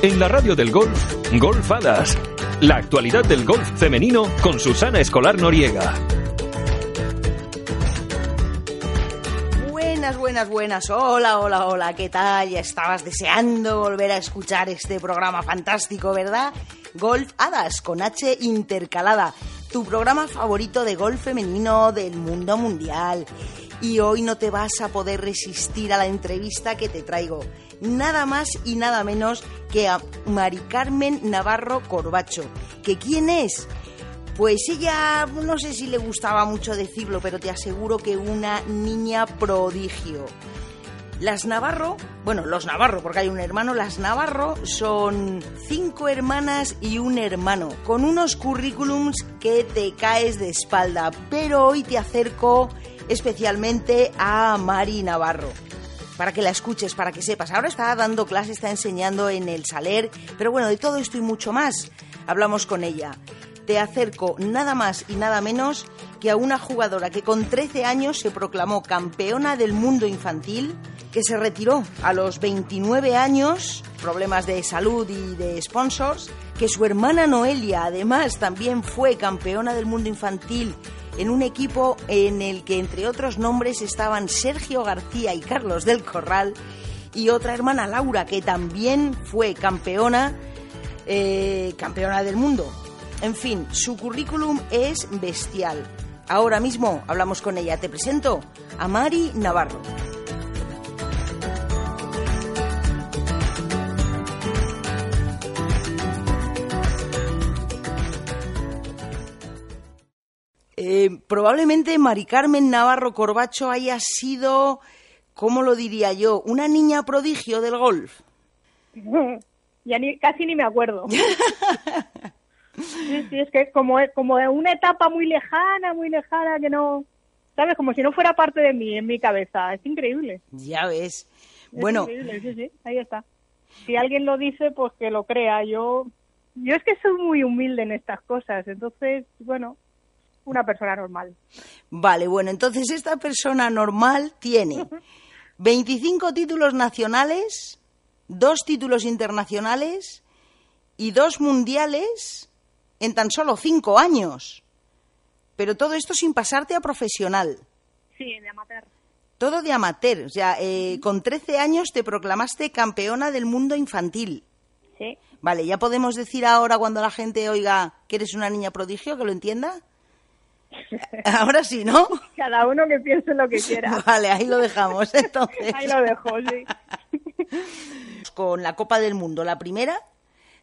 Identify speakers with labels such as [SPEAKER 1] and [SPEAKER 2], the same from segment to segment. [SPEAKER 1] En la radio del golf, Golf Hadas. La actualidad del golf femenino con Susana Escolar Noriega.
[SPEAKER 2] Buenas, buenas, buenas. Hola, hola, hola. ¿Qué tal? Ya estabas deseando volver a escuchar este programa fantástico, ¿verdad? Golf Hadas con H intercalada. Tu programa favorito de golf femenino del mundo mundial. Y hoy no te vas a poder resistir a la entrevista que te traigo. Nada más y nada menos que a Mari Carmen Navarro Corbacho. ¿Que quién es? Pues ella, no sé si le gustaba mucho decirlo, pero te aseguro que una niña prodigio. Las Navarro, bueno, los Navarro, porque hay un hermano, las Navarro son cinco hermanas y un hermano, con unos currículums que te caes de espalda, pero hoy te acerco especialmente a Mari Navarro para que la escuches, para que sepas. Ahora está dando clases, está enseñando en el Saler, pero bueno, de todo esto y mucho más hablamos con ella. Te acerco nada más y nada menos que a una jugadora que con 13 años se proclamó campeona del mundo infantil, que se retiró a los 29 años, problemas de salud y de sponsors, que su hermana Noelia además también fue campeona del mundo infantil en un equipo en el que entre otros nombres estaban Sergio García y Carlos del Corral y otra hermana Laura que también fue campeona eh, campeona del mundo. En fin, su currículum es bestial. Ahora mismo hablamos con ella. Te presento a Mari Navarro. Eh, probablemente Mari Carmen Navarro Corbacho haya sido, ¿cómo lo diría yo? Una niña prodigio del golf.
[SPEAKER 3] ya ni, casi ni me acuerdo. sí, sí, es que como, como una etapa muy lejana, muy lejana, que no, ¿sabes? Como si no fuera parte de mí, en mi cabeza. Es increíble.
[SPEAKER 2] Ya ves.
[SPEAKER 3] Es
[SPEAKER 2] Bueno,
[SPEAKER 3] increíble, sí, sí, ahí está. Si alguien lo dice, pues que lo crea. Yo, yo es que soy muy humilde en estas cosas, entonces, bueno, una persona normal.
[SPEAKER 2] Vale, bueno, entonces esta persona normal tiene 25 títulos nacionales, dos títulos internacionales y dos mundiales en tan solo cinco años. Pero todo esto sin pasarte a profesional,
[SPEAKER 3] Sí, de amateur.
[SPEAKER 2] todo de amateur. O sea, eh, con 13 años te proclamaste campeona del mundo infantil.
[SPEAKER 3] Sí.
[SPEAKER 2] Vale, ya podemos decir ahora cuando la gente oiga que eres una niña prodigio, que lo entienda. Ahora sí, ¿no?
[SPEAKER 3] Cada uno que piense lo que quiera.
[SPEAKER 2] Vale, ahí lo dejamos entonces.
[SPEAKER 3] Ahí lo dejo, sí.
[SPEAKER 2] Con la Copa del Mundo, la primera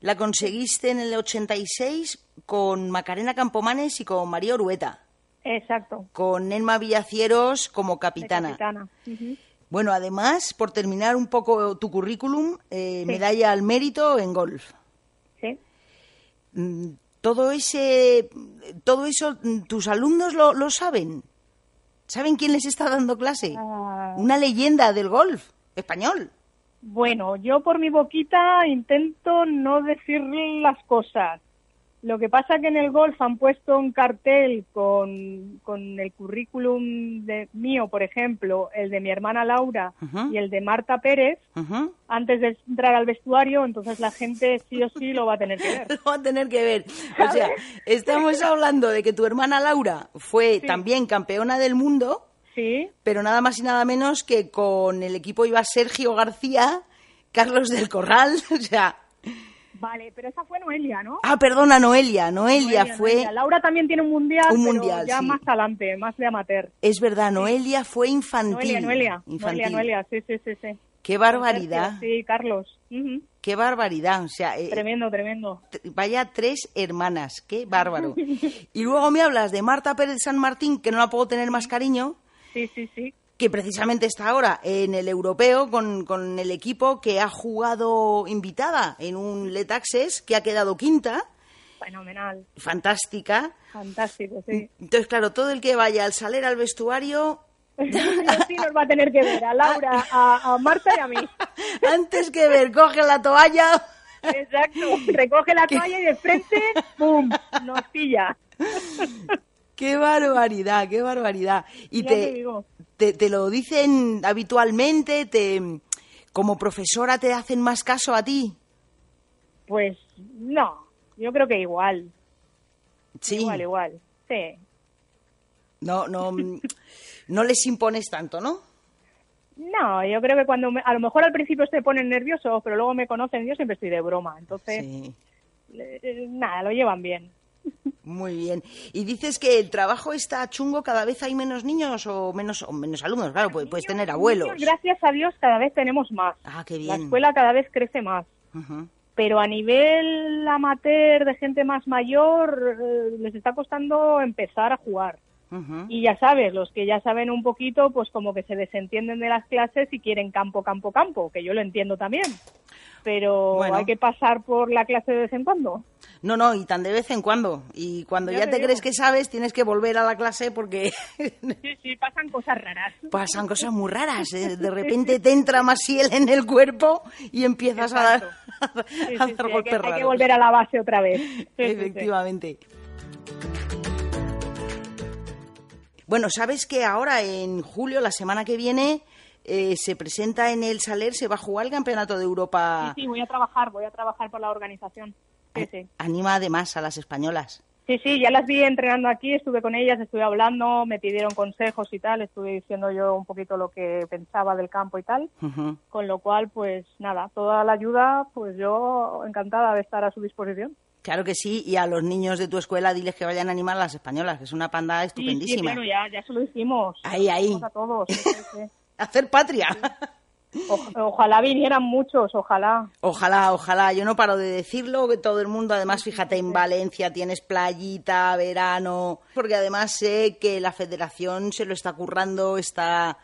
[SPEAKER 2] la conseguiste en el 86 con Macarena Campomanes y con María Orueta,
[SPEAKER 3] Exacto.
[SPEAKER 2] con Elma Villacieros como
[SPEAKER 3] de
[SPEAKER 2] capitana.
[SPEAKER 3] capitana. Ujú.
[SPEAKER 2] Bueno, además, por terminar un poco tu currículum, eh, medalla al mérito en golf.
[SPEAKER 3] Sí.
[SPEAKER 2] Mm, Todo ese, todo eso, mm, tus alumnos lo, lo saben. ¿Saben quién les está dando clase?
[SPEAKER 3] Ah.
[SPEAKER 2] Una leyenda del golf español.
[SPEAKER 3] Bueno, yo por mi boquita intento no decir las cosas. Lo que pasa que en el golf han puesto un cartel con, con el currículum de, mío, por ejemplo, el de mi hermana Laura
[SPEAKER 2] Ujú.
[SPEAKER 3] y el de Marta Pérez,
[SPEAKER 2] Ujú.
[SPEAKER 3] antes de entrar al vestuario, entonces la gente sí o sí lo va a tener que ver.
[SPEAKER 2] Lo va a tener que ver. O sea, estamos hablando de que tu hermana Laura fue también campeona del mundo,
[SPEAKER 3] Sí,
[SPEAKER 2] pero nada más y nada menos que con el equipo iba Sergio García, Carlos del Corral, o sea...
[SPEAKER 3] vale, pero esa fue Noelia, ¿no?
[SPEAKER 2] Ah, perdona, Noelia. Noelia,
[SPEAKER 3] Noelia,
[SPEAKER 2] fue...
[SPEAKER 3] Noelia. Laura también tiene un mundial,
[SPEAKER 2] Un
[SPEAKER 3] pero
[SPEAKER 2] mundial,
[SPEAKER 3] ya
[SPEAKER 2] sí.
[SPEAKER 3] más adelante, más de amateur.
[SPEAKER 2] Es verdad, Noelia fue infantil.
[SPEAKER 3] Noelia, Noelia,
[SPEAKER 2] Infantil.
[SPEAKER 3] Noelia, Noelia, sí, sí, sí, sí.
[SPEAKER 2] Qué barbaridad,
[SPEAKER 3] Sí, Carlos. Ujú.
[SPEAKER 2] qué barbaridad. O sea, eh,
[SPEAKER 3] Tremendo, tremendo.
[SPEAKER 2] t- vaya tres hermanas, qué bárbaro. Y luego me hablas de Marta Pérez San Martín, que no la puedo tener más cariño,
[SPEAKER 3] Sí, sí, sí.
[SPEAKER 2] que precisamente está ahora en el europeo con, con el equipo que ha jugado invitada en un Letaxes, que ha quedado quinta,
[SPEAKER 3] Fenomenal,
[SPEAKER 2] fantástica.
[SPEAKER 3] fantástico, sí.
[SPEAKER 2] Entonces, claro, todo el que vaya al salir al vestuario,
[SPEAKER 3] Sí o sí nos va a tener que ver a Laura,
[SPEAKER 2] Ah,
[SPEAKER 3] a, a Marta y a mí.
[SPEAKER 2] antes que ver, coge la toalla.
[SPEAKER 3] Exacto. Recoge la toalla y de frente, ¡pum! Nos pilla.
[SPEAKER 2] Qué barbaridad, qué barbaridad. Y
[SPEAKER 3] Ya te
[SPEAKER 2] te,
[SPEAKER 3] digo.
[SPEAKER 2] te, te lo dicen habitualmente, te como profesora te hacen más caso a ti.
[SPEAKER 3] Pues no, yo creo que igual.
[SPEAKER 2] Sí.
[SPEAKER 3] Igual, igual. Sí.
[SPEAKER 2] No, no, mm, no les impones tanto, ¿no?
[SPEAKER 3] No, yo creo que cuando me- a lo mejor al principio se ponen nerviosos, pero luego me conocen, yo siempre estoy de broma, entonces
[SPEAKER 2] Sí.
[SPEAKER 3] eh, eh, nada, lo llevan bien.
[SPEAKER 2] Muy bien. Y dices que el trabajo está chungo, cada vez hay menos niños o menos o menos alumnos, claro, pues puedes tener abuelos.
[SPEAKER 3] Niños, Gracias a Dios cada vez tenemos más.
[SPEAKER 2] Ah, qué
[SPEAKER 3] La
[SPEAKER 2] bien.
[SPEAKER 3] escuela cada vez crece más.
[SPEAKER 2] Ujú.
[SPEAKER 3] pero a nivel amateur de gente más mayor eh, les está costando empezar a jugar.
[SPEAKER 2] Ujú.
[SPEAKER 3] Y ya sabes, los que ya saben un poquito, pues como que se desentienden de las clases y quieren campo, campo, campo, que yo lo entiendo también. Pero
[SPEAKER 2] Bueno.
[SPEAKER 3] hay que pasar por la clase de vez en cuando.
[SPEAKER 2] No, no, y tan de vez en cuando. Y cuando ya,
[SPEAKER 3] Ya te
[SPEAKER 2] te
[SPEAKER 3] digo.
[SPEAKER 2] crees que sabes, tienes que volver a la clase porque
[SPEAKER 3] Sí, sí, pasan cosas raras.
[SPEAKER 2] pasan cosas muy raras. eh. De repente te entra masiel en el cuerpo y empiezas a dar,
[SPEAKER 3] Sí, sí,
[SPEAKER 2] a
[SPEAKER 3] sí,
[SPEAKER 2] dar
[SPEAKER 3] hay, que,
[SPEAKER 2] golpes
[SPEAKER 3] hay que
[SPEAKER 2] raros.
[SPEAKER 3] volver a la base otra vez. Sí, sí, sí.
[SPEAKER 2] Efectivamente. Bueno, sabes que ahora en julio, la semana que viene, eh, se presenta en el Saler, se va a jugar el Campeonato de Europa. Eh,
[SPEAKER 3] Sí, sí, voy a trabajar, voy a trabajar por la organización. Sí, sí.
[SPEAKER 2] Anima además a las españolas.
[SPEAKER 3] Sí, sí, ya las vi entrenando aquí, estuve con ellas, estuve hablando, me pidieron consejos y tal, estuve diciendo yo un poquito lo que pensaba del campo y tal,
[SPEAKER 2] Ujú.
[SPEAKER 3] con lo cual, pues nada, toda la ayuda, pues yo encantada de estar a su disposición.
[SPEAKER 2] Claro que sí, y a los niños de tu escuela diles que vayan a animar a las españolas, que es una panda
[SPEAKER 3] sí,
[SPEAKER 2] estupendísima.
[SPEAKER 3] claro, ya, ya se lo hicimos.
[SPEAKER 2] Ahí, ahí.
[SPEAKER 3] Vamos A todos. sí, sí,
[SPEAKER 2] Hacer patria.
[SPEAKER 3] sí. O- ojalá vinieran muchos, ojalá.
[SPEAKER 2] Ojalá, ojalá. Yo no paro de decirlo, que todo el mundo, además, fíjate, en Valencia tienes playita, verano, porque además sé que la federación se lo está currando, está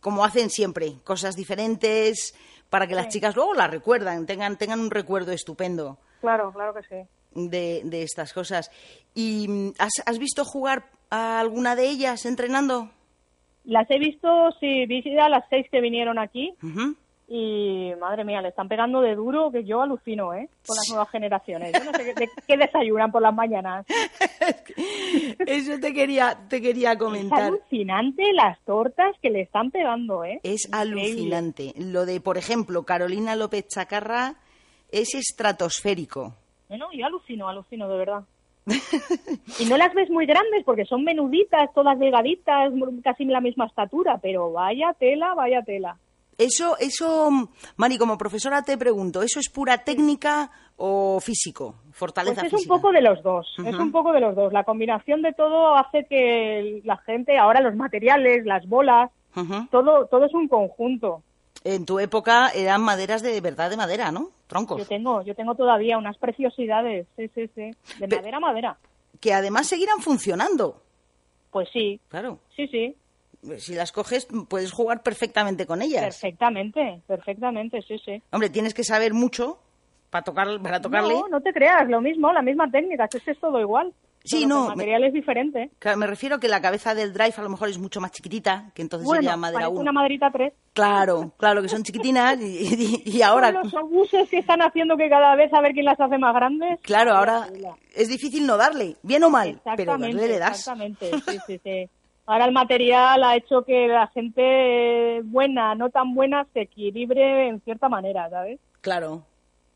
[SPEAKER 2] como hacen siempre, cosas diferentes, para que las chicas luego las recuerdan, tengan, tengan un recuerdo estupendo
[SPEAKER 3] Claro, claro que sí.
[SPEAKER 2] de, de estas cosas. ¿Y mm, has, has visto jugar a alguna de ellas entrenando?
[SPEAKER 3] Las he visto, sí, vi a las seis que vinieron aquí
[SPEAKER 2] Ujú.
[SPEAKER 3] y madre mía, le están pegando de duro que yo alucino, ¿eh? Con las nuevas generaciones. Yo no sé qué, de qué desayunan por las mañanas.
[SPEAKER 2] Eso te quería, te quería
[SPEAKER 3] Es
[SPEAKER 2] comentar.
[SPEAKER 3] alucinante las tortas que le están pegando, ¿eh?
[SPEAKER 2] Es
[SPEAKER 3] Increíble.
[SPEAKER 2] alucinante. Lo de, por ejemplo, Carolina López Chacarra es estratosférico.
[SPEAKER 3] No, no, yo alucino, alucino, de verdad. y no las ves muy grandes porque son menuditas, todas delgaditas, casi la misma estatura, pero vaya tela, vaya tela.
[SPEAKER 2] Eso, eso, Mari, como profesora te pregunto, ¿eso es pura técnica o físico?
[SPEAKER 3] Pues
[SPEAKER 2] Fortaleza
[SPEAKER 3] es un
[SPEAKER 2] física.
[SPEAKER 3] poco de los dos, es
[SPEAKER 2] Ujú.
[SPEAKER 3] un poco de los dos. La combinación de todo hace que la gente, ahora los materiales, las bolas,
[SPEAKER 2] Ujú.
[SPEAKER 3] todo, todo es un conjunto.
[SPEAKER 2] En tu época eran maderas de verdad de madera, ¿no? Troncos.
[SPEAKER 3] Yo tengo, yo tengo todavía unas preciosidades, sí, sí, sí, de
[SPEAKER 2] Pe-
[SPEAKER 3] madera a madera.
[SPEAKER 2] Que además seguirán funcionando.
[SPEAKER 3] Pues sí,
[SPEAKER 2] Claro.
[SPEAKER 3] sí, sí,
[SPEAKER 2] Si las coges, puedes jugar perfectamente con ellas.
[SPEAKER 3] perfectamente, perfectamente, sí, sí.
[SPEAKER 2] Hombre, tienes que saber mucho para tocar, para tocarle.
[SPEAKER 3] No, no te creas, lo mismo, la misma técnica, que es que es todo igual.
[SPEAKER 2] Sí,
[SPEAKER 3] Solo que
[SPEAKER 2] no,
[SPEAKER 3] El
[SPEAKER 2] me-
[SPEAKER 3] material es diferente.
[SPEAKER 2] Claro, me refiero que la cabeza del drive a lo mejor es mucho más chiquitita, que entonces sería madera
[SPEAKER 3] parece
[SPEAKER 2] 1.
[SPEAKER 3] una maderita 3.
[SPEAKER 2] Claro, claro, que son chiquitinas y, y- y ahora,
[SPEAKER 3] Los obuses que están haciendo que cada vez a ver quién las hace más grandes.
[SPEAKER 2] claro, ahora es difícil no darle, bien o mal, pero darle
[SPEAKER 3] Exactamente,
[SPEAKER 2] le das.
[SPEAKER 3] exactamente, sí, sí, sí. Ahora el material ha hecho que la gente buena, no tan buena, se equilibre en cierta manera, ¿sabes?
[SPEAKER 2] Claro,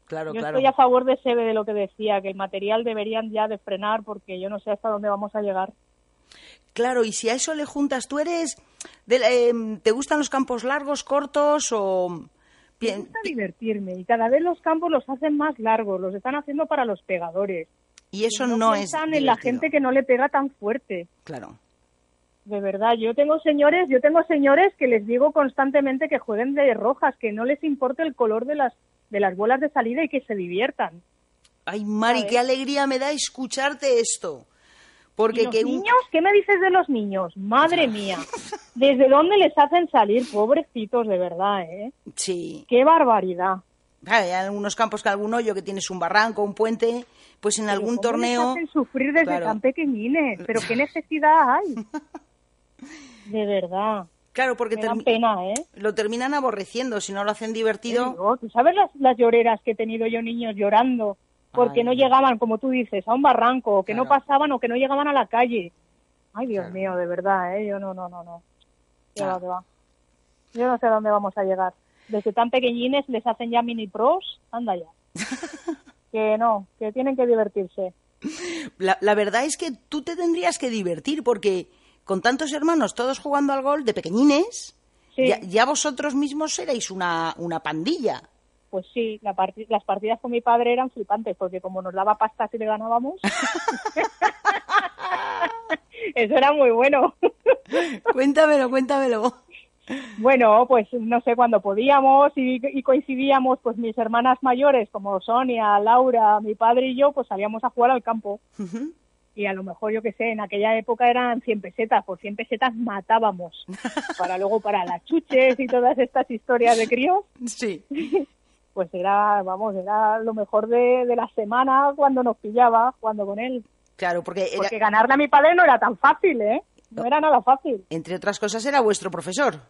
[SPEAKER 2] claro,
[SPEAKER 3] yo
[SPEAKER 2] claro.
[SPEAKER 3] estoy a favor de ese, de lo que decía, que el material deberían ya de frenar porque yo no sé hasta dónde vamos a llegar.
[SPEAKER 2] Claro, y si a eso le juntas, tú eres, de la- em, ¿te gustan los campos largos, cortos o...?
[SPEAKER 3] Me
[SPEAKER 2] bien-
[SPEAKER 3] gusta divertirme y cada vez los campos los hacen más largos, los están haciendo para los pegadores.
[SPEAKER 2] Y eso
[SPEAKER 3] no,
[SPEAKER 2] no, es...
[SPEAKER 3] piensan en la
[SPEAKER 2] divertido.
[SPEAKER 3] gente que no le pega tan fuerte.
[SPEAKER 2] Claro.
[SPEAKER 3] De verdad, yo tengo señores, yo tengo señores que les digo constantemente que jueguen de rojas, que no les importe el color de las de las bolas de salida y que se diviertan.
[SPEAKER 2] Ay, Mari,
[SPEAKER 3] ¿Sabes?
[SPEAKER 2] qué alegría me da escucharte esto. Porque
[SPEAKER 3] ¿Y los
[SPEAKER 2] que un-
[SPEAKER 3] niños? ¿Qué me dices de los niños? Madre mía. ¿Desde dónde les hacen salir? Pobrecitos, de verdad, ¿eh?
[SPEAKER 2] Sí.
[SPEAKER 3] Qué barbaridad.
[SPEAKER 2] Claro, hay algunos campos que algún hoyo que tienes un barranco, un puente, pues en algún
[SPEAKER 3] ¿Cómo les
[SPEAKER 2] torneo.
[SPEAKER 3] hacen sufrir desde
[SPEAKER 2] Claro.
[SPEAKER 3] tan pequeñines. Pero qué necesidad hay. De verdad.
[SPEAKER 2] Claro, porque
[SPEAKER 3] Me dan
[SPEAKER 2] termi-
[SPEAKER 3] pena, ¿eh?
[SPEAKER 2] lo terminan aborreciendo, si no lo hacen
[SPEAKER 3] Te
[SPEAKER 2] divertido.
[SPEAKER 3] digo, ¿Tú sabes las, las lloreras que he tenido yo niños llorando? Porque
[SPEAKER 2] Ay.
[SPEAKER 3] no llegaban, como tú dices, a un barranco, o que no
[SPEAKER 2] Claro.
[SPEAKER 3] pasaban, o que no llegaban a la calle. Ay, Dios
[SPEAKER 2] Claro.
[SPEAKER 3] mío, de verdad, ¿eh? Yo no, no, no, no. Qué
[SPEAKER 2] Ah.
[SPEAKER 3] va, qué va. Yo no sé a dónde vamos a llegar. Desde tan pequeñines les hacen ya mini pros, anda ya. que no, que tienen que divertirse.
[SPEAKER 2] La, la verdad es que tú te tendrías que divertir porque con tantos hermanos todos jugando al gol de pequeñines,
[SPEAKER 3] Sí.
[SPEAKER 2] ya, ya vosotros mismos erais una, una pandilla.
[SPEAKER 3] Pues sí, la parti- las partidas con mi padre eran flipantes, porque como nos daba pasta si le ganábamos, eso era muy bueno.
[SPEAKER 2] cuéntamelo, cuéntamelo.
[SPEAKER 3] Bueno, pues no sé, cuando podíamos y, y coincidíamos, pues mis hermanas mayores, como Sonia, Laura, mi padre y yo, pues salíamos a jugar al campo.
[SPEAKER 2] Ujú.
[SPEAKER 3] Y a lo mejor, yo qué sé, en aquella época eran 100 pesetas, por 100 pesetas matábamos. Para luego, para las chuches y todas estas historias de críos,
[SPEAKER 2] Sí.
[SPEAKER 3] pues era, vamos, era lo mejor de, de la semana cuando nos pillaba jugando con él.
[SPEAKER 2] Claro, porque, era-
[SPEAKER 3] Porque ganarle a mi padre no era tan fácil, ¿eh? No era nada fácil.
[SPEAKER 2] entre otras cosas era vuestro profesor.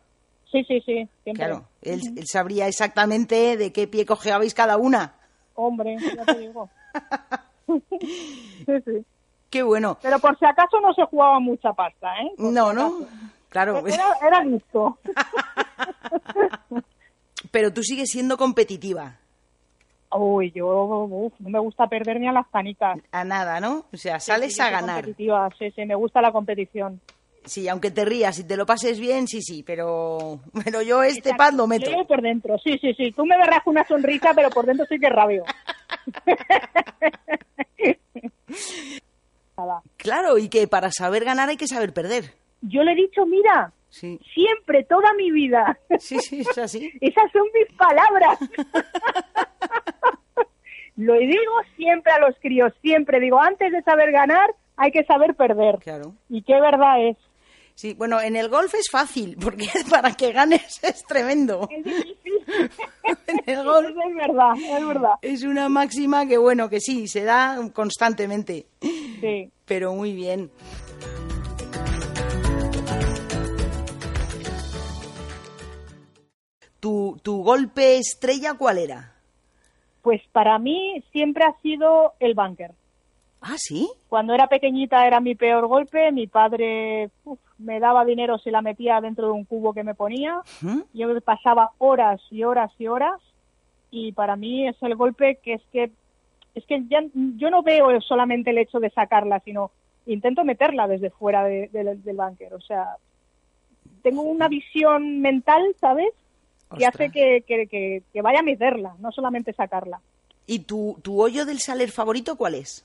[SPEAKER 3] Sí, sí, sí, siempre.
[SPEAKER 2] Claro, él, él sabría exactamente de qué pie cojeabais cada una.
[SPEAKER 3] Hombre, ya te digo. sí, sí.
[SPEAKER 2] Qué bueno.
[SPEAKER 3] Pero por si acaso no se jugaba mucha pasta, ¿eh? Por
[SPEAKER 2] No,
[SPEAKER 3] si
[SPEAKER 2] no. Claro,
[SPEAKER 3] acaso. Era, era listo.
[SPEAKER 2] pero tú sigues siendo competitiva.
[SPEAKER 3] Uy, yo uf, no me gusta perder ni a las canicas.
[SPEAKER 2] A nada, ¿no? O sea,
[SPEAKER 3] Sí,
[SPEAKER 2] sales
[SPEAKER 3] sí, yo
[SPEAKER 2] a
[SPEAKER 3] soy
[SPEAKER 2] ganar.
[SPEAKER 3] competitiva, Sí, sí, me gusta la competición.
[SPEAKER 2] Sí, aunque te rías y te lo pases bien, sí, sí, pero, pero yo este pan lo meto.
[SPEAKER 3] Yo llevo por dentro, sí, sí, sí. Tú me verás con una sonrisa, pero por dentro sí que rabio. Nada.
[SPEAKER 2] Claro, y que para saber ganar hay que saber perder.
[SPEAKER 3] Yo le he dicho, mira,
[SPEAKER 2] Sí,
[SPEAKER 3] siempre, toda mi vida.
[SPEAKER 2] sí, sí, es así.
[SPEAKER 3] Esas son mis palabras. Lo digo siempre a los críos, siempre digo, antes de saber ganar hay que saber perder.
[SPEAKER 2] Claro.
[SPEAKER 3] Y qué verdad es.
[SPEAKER 2] Sí, bueno, en el golf es fácil, porque para que ganes es tremendo.
[SPEAKER 3] Es difícil.
[SPEAKER 2] En el
[SPEAKER 3] Eso
[SPEAKER 2] golf
[SPEAKER 3] es verdad, es verdad.
[SPEAKER 2] es una máxima que, bueno, que sí, se da constantemente,
[SPEAKER 3] Sí.
[SPEAKER 2] pero muy bien. ¿Tu, tu golpe estrella cuál era?
[SPEAKER 3] Pues para mí siempre ha sido el banker.
[SPEAKER 2] Ah, sí.
[SPEAKER 3] Cuando era pequeñita era mi peor golpe, mi padre uf, me daba dinero si la metía dentro de un cubo que me ponía.
[SPEAKER 2] Ujú.
[SPEAKER 3] Yo me pasaba horas y horas y horas y para mí es el golpe que es que es que ya yo no veo solamente el hecho de sacarla, sino intento meterla desde fuera de- de- del banquero. O sea, tengo una visión mental, ¿sabes? Que hace
[SPEAKER 2] Ostras.
[SPEAKER 3] que, que, que, que vaya a meterla, no solamente sacarla.
[SPEAKER 2] ¿Y tu, tu hoyo del saler favorito cuál es?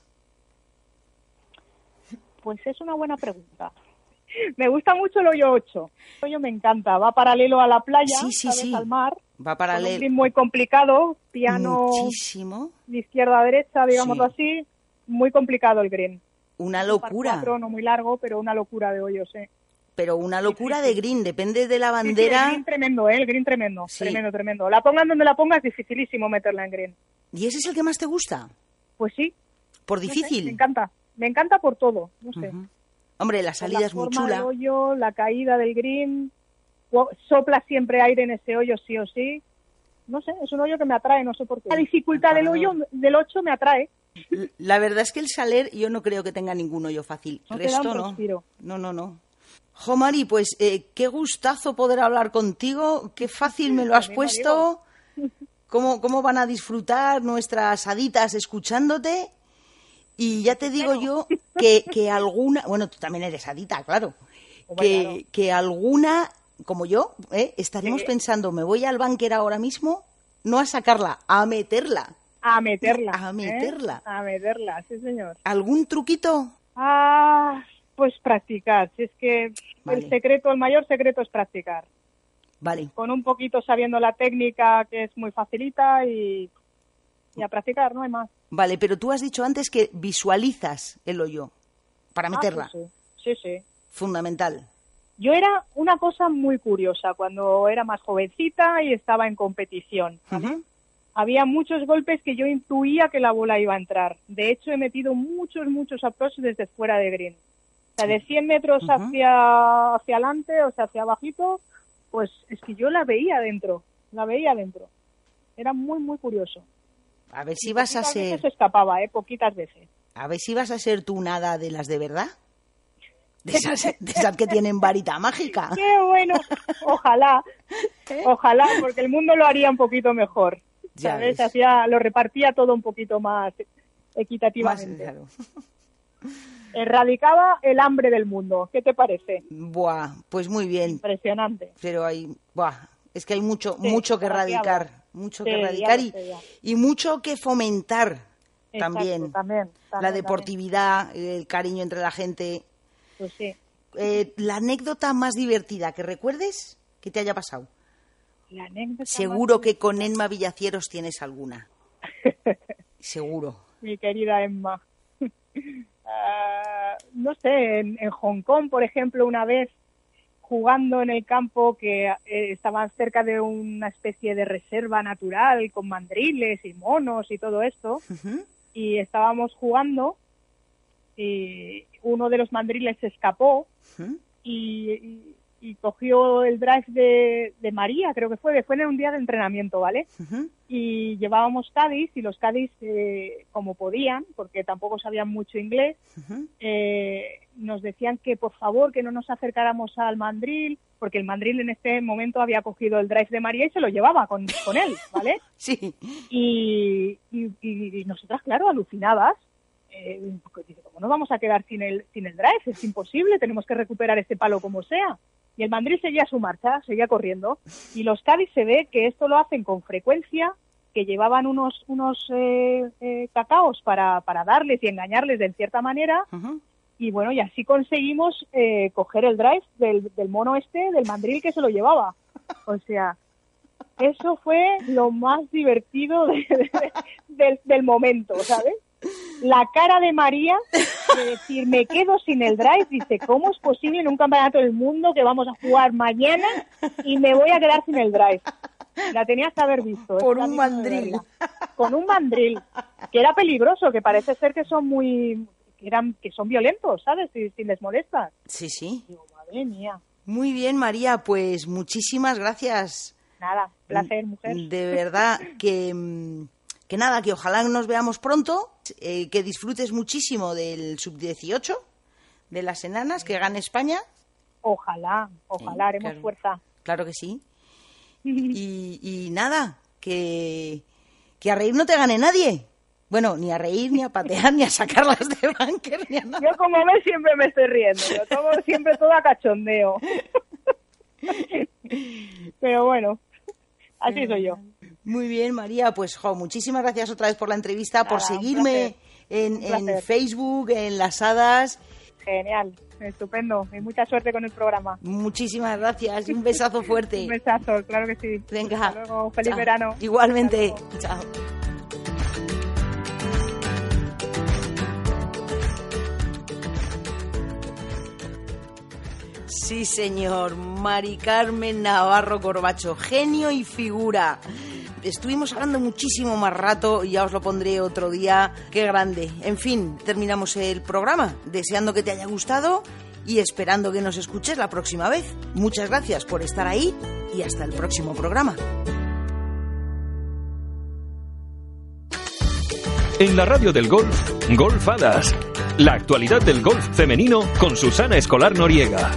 [SPEAKER 3] Pues es una buena pregunta. Me gusta mucho el hoyo 8. El hoyo me encanta, va paralelo a la playa,
[SPEAKER 2] Sí, sí,
[SPEAKER 3] ¿sabes?
[SPEAKER 2] sí.
[SPEAKER 3] al mar.
[SPEAKER 2] Va
[SPEAKER 3] con un
[SPEAKER 2] paralelo.
[SPEAKER 3] ritmo muy complicado, piano
[SPEAKER 2] Muchísimo.
[SPEAKER 3] de izquierda a derecha, digámoslo así, muy complicado el green.
[SPEAKER 2] Una
[SPEAKER 3] Un par
[SPEAKER 2] locura.
[SPEAKER 3] cuatro, no muy largo, pero una locura de hoyos, eh.
[SPEAKER 2] Pero una locura de green. Depende de la
[SPEAKER 3] Sí, sí, el
[SPEAKER 2] bandera.
[SPEAKER 3] green tremendo, eh, el green tremendo,
[SPEAKER 2] Sí.
[SPEAKER 3] tremendo, tremendo. La pongan donde la pongas, dificilísimo meterla en green.
[SPEAKER 2] ¿Y ese es el que más te gusta?
[SPEAKER 3] Pues sí,
[SPEAKER 2] Por
[SPEAKER 3] no sé, me
[SPEAKER 2] difícil.
[SPEAKER 3] encanta, me encanta por todo, no sé.
[SPEAKER 2] Ujú. Hombre, la salida
[SPEAKER 3] la
[SPEAKER 2] es muy
[SPEAKER 3] forma del
[SPEAKER 2] chula.
[SPEAKER 3] hoyo, la caída del green, o- sopla siempre aire en ese hoyo sí o sí. No sé, es un hoyo que me atrae, no sé por qué. La dificultad del hoyo del 8 me atrae.
[SPEAKER 2] L- La verdad es que el saler yo no creo que tenga ningún hoyo fácil.
[SPEAKER 3] No te da
[SPEAKER 2] Resto
[SPEAKER 3] un
[SPEAKER 2] no.
[SPEAKER 3] respiro.
[SPEAKER 2] No, no, no. Jo, Mari, pues eh, qué gustazo poder hablar contigo. Qué fácil me lo has
[SPEAKER 3] También lo
[SPEAKER 2] puesto. ¿Cómo, ¿Cómo van a disfrutar nuestras haditas escuchándote? Y ya te digo yo que, que alguna, bueno, tú también eres adita, claro,
[SPEAKER 3] Hombre, claro.
[SPEAKER 2] que, que alguna, como yo, ¿eh? estaremos pensando, me voy al banquero ahora mismo, no a sacarla, a meterla.
[SPEAKER 3] A meterla.
[SPEAKER 2] A
[SPEAKER 3] ¿eh?
[SPEAKER 2] meterla.
[SPEAKER 3] A meterla, sí, señor.
[SPEAKER 2] ¿Algún truquito?
[SPEAKER 3] Ah, pues practicar. Si es que
[SPEAKER 2] Vale.
[SPEAKER 3] el secreto, el mayor secreto es practicar.
[SPEAKER 2] Vale,
[SPEAKER 3] Con un poquito sabiendo la técnica, que es muy facilita, y, y a practicar, no hay más.
[SPEAKER 2] vale, pero tú has dicho antes que visualizas el hoyo. para meterla.
[SPEAKER 3] Ah, sí, sí. sí, sí.
[SPEAKER 2] Fundamental.
[SPEAKER 3] Yo era una cosa muy curiosa cuando era más jovencita y estaba en competición.
[SPEAKER 2] Ujú.
[SPEAKER 3] Había muchos golpes que yo intuía que la bola iba a entrar. De hecho, he metido muchos, muchos approaches desde fuera de green. O sea, de 100 metros
[SPEAKER 2] Ujú.
[SPEAKER 3] hacia, hacia adelante, o sea, hacia abajito, pues es que yo la veía dentro, la veía dentro. Era muy, muy curioso.
[SPEAKER 2] A ver si vas a
[SPEAKER 3] Poquitas veces
[SPEAKER 2] ser,
[SPEAKER 3] se escapaba, ¿eh? Poquitas veces.
[SPEAKER 2] a ver si vas a ser tú nada de las de verdad. De esas, de esas que tienen varita mágica.
[SPEAKER 3] ¡Qué bueno! Ojalá,
[SPEAKER 2] ¿Eh?
[SPEAKER 3] ojalá, porque el mundo lo haría un poquito mejor.
[SPEAKER 2] Ya
[SPEAKER 3] ¿Sabes?
[SPEAKER 2] ves.
[SPEAKER 3] Hacía, lo repartía todo un poquito más
[SPEAKER 2] Más-
[SPEAKER 3] equitativamente.
[SPEAKER 2] claro.
[SPEAKER 3] Erradicaba el hambre del mundo. ¿Qué te parece?
[SPEAKER 2] Buah, pues muy bien.
[SPEAKER 3] Impresionante.
[SPEAKER 2] pero hay, buah, es que hay mucho,
[SPEAKER 3] Sí,
[SPEAKER 2] mucho que
[SPEAKER 3] para que
[SPEAKER 2] erradicar,
[SPEAKER 3] hablas.
[SPEAKER 2] mucho
[SPEAKER 3] Sí,
[SPEAKER 2] que
[SPEAKER 3] ya lo
[SPEAKER 2] erradicar y,
[SPEAKER 3] sé ya.
[SPEAKER 2] y mucho que fomentar
[SPEAKER 3] Exacto,
[SPEAKER 2] también.
[SPEAKER 3] también,
[SPEAKER 2] La
[SPEAKER 3] también,
[SPEAKER 2] deportividad, el cariño entre la gente.
[SPEAKER 3] también. Pues sí.
[SPEAKER 2] Eh, la anécdota más divertida que recuerdes que te haya pasado.
[SPEAKER 3] La anécdota más-
[SPEAKER 2] Seguro que con Enma Villacieros tienes alguna. Seguro.
[SPEAKER 3] mi querida Emma. Ah, no sé, en, en Hong Kong, por ejemplo, una vez jugando en el campo que eh, estaban cerca de una especie de reserva natural con mandriles y monos y todo esto,
[SPEAKER 2] Ujú.
[SPEAKER 3] y estábamos jugando y uno de los mandriles se escapó
[SPEAKER 2] Ujú.
[SPEAKER 3] y, y- y cogió el drive de, de María, creo que fue, que fue en un día de entrenamiento, ¿vale?
[SPEAKER 2] Ujú.
[SPEAKER 3] y llevábamos Cádiz y los Cádiz, eh, como podían, porque tampoco sabían mucho inglés,
[SPEAKER 2] Ujú.
[SPEAKER 3] eh, nos decían que por favor que no nos acercáramos al mandril, porque el mandril en este momento había cogido el drive de María y se lo llevaba con, con él, ¿vale?
[SPEAKER 2] Sí.
[SPEAKER 3] Y, y, y- y nosotras, claro, alucinadas. Eh, porque dice, ¿Cómo nos vamos a quedar sin el, sin el drive? Es imposible, tenemos que recuperar este palo como sea. Y el mandril seguía su marcha, seguía corriendo. Y los Cádiz se ve que esto lo hacen con frecuencia, que llevaban unos, unos eh, eh, cacaos para, para darles y engañarles de cierta manera.
[SPEAKER 2] Ujú.
[SPEAKER 3] Y bueno, y así conseguimos eh, coger el drive del, del mono este, del mandril que se lo llevaba. O sea, eso fue lo más divertido de- de- del, del momento, ¿sabes? La cara de María de decir, me quedo sin el drive, dice, ¿cómo es posible en un campeonato del mundo que vamos a jugar mañana y me voy a quedar sin el drive? La tenías que haber visto.
[SPEAKER 2] Por
[SPEAKER 3] esta
[SPEAKER 2] un
[SPEAKER 3] misma de
[SPEAKER 2] mandril.
[SPEAKER 3] verla. Con un mandril, que era peligroso, que parece ser que son muy, que eran, que son violentos, ¿sabes? Si, si les molestas.
[SPEAKER 2] Sí, sí.
[SPEAKER 3] Digo, madre mía,
[SPEAKER 2] Muy bien, María, pues muchísimas gracias.
[SPEAKER 3] nada, placer, mujer.
[SPEAKER 2] De verdad que, mm, que nada, que ojalá nos veamos pronto, eh, que disfrutes muchísimo del sub-18, de las enanas, que gane España,
[SPEAKER 3] Ojalá, ojalá, haremos
[SPEAKER 2] claro.
[SPEAKER 3] fuerza.
[SPEAKER 2] claro que sí. Y, y nada, que, que a reír no te gane nadie. Bueno, ni a reír, ni a patear, ni a sacarlas de banker, ni a nada.
[SPEAKER 3] Yo como ves siempre me estoy riendo, yo tomo siempre todo a cachondeo. Pero bueno, así soy yo.
[SPEAKER 2] Muy bien, María. Pues, jo, muchísimas gracias otra vez por la entrevista, por
[SPEAKER 3] Nada, un
[SPEAKER 2] seguirme
[SPEAKER 3] placer.
[SPEAKER 2] en,
[SPEAKER 3] Un
[SPEAKER 2] en
[SPEAKER 3] placer.
[SPEAKER 2] Facebook, en las hadas.
[SPEAKER 3] Genial, estupendo y mucha suerte con el programa.
[SPEAKER 2] Muchísimas gracias y un besazo fuerte.
[SPEAKER 3] Un besazo, claro que sí.
[SPEAKER 2] Venga.
[SPEAKER 3] Hasta luego, feliz
[SPEAKER 2] Chao.
[SPEAKER 3] verano.
[SPEAKER 2] Igualmente.
[SPEAKER 3] Hasta luego.
[SPEAKER 2] Chao. Sí, señor. Mari Carmen Navarro Corbacho, genio y figura. Estuvimos hablando muchísimo más rato y ya os lo pondré otro día. Qué grande. En fin, terminamos el programa. Deseando que te haya gustado y esperando que nos escuches la próxima vez. Muchas gracias por estar ahí y hasta el próximo programa.
[SPEAKER 1] En la radio del golf, Golfadas. La actualidad del golf femenino con Susana Escolar Noriega.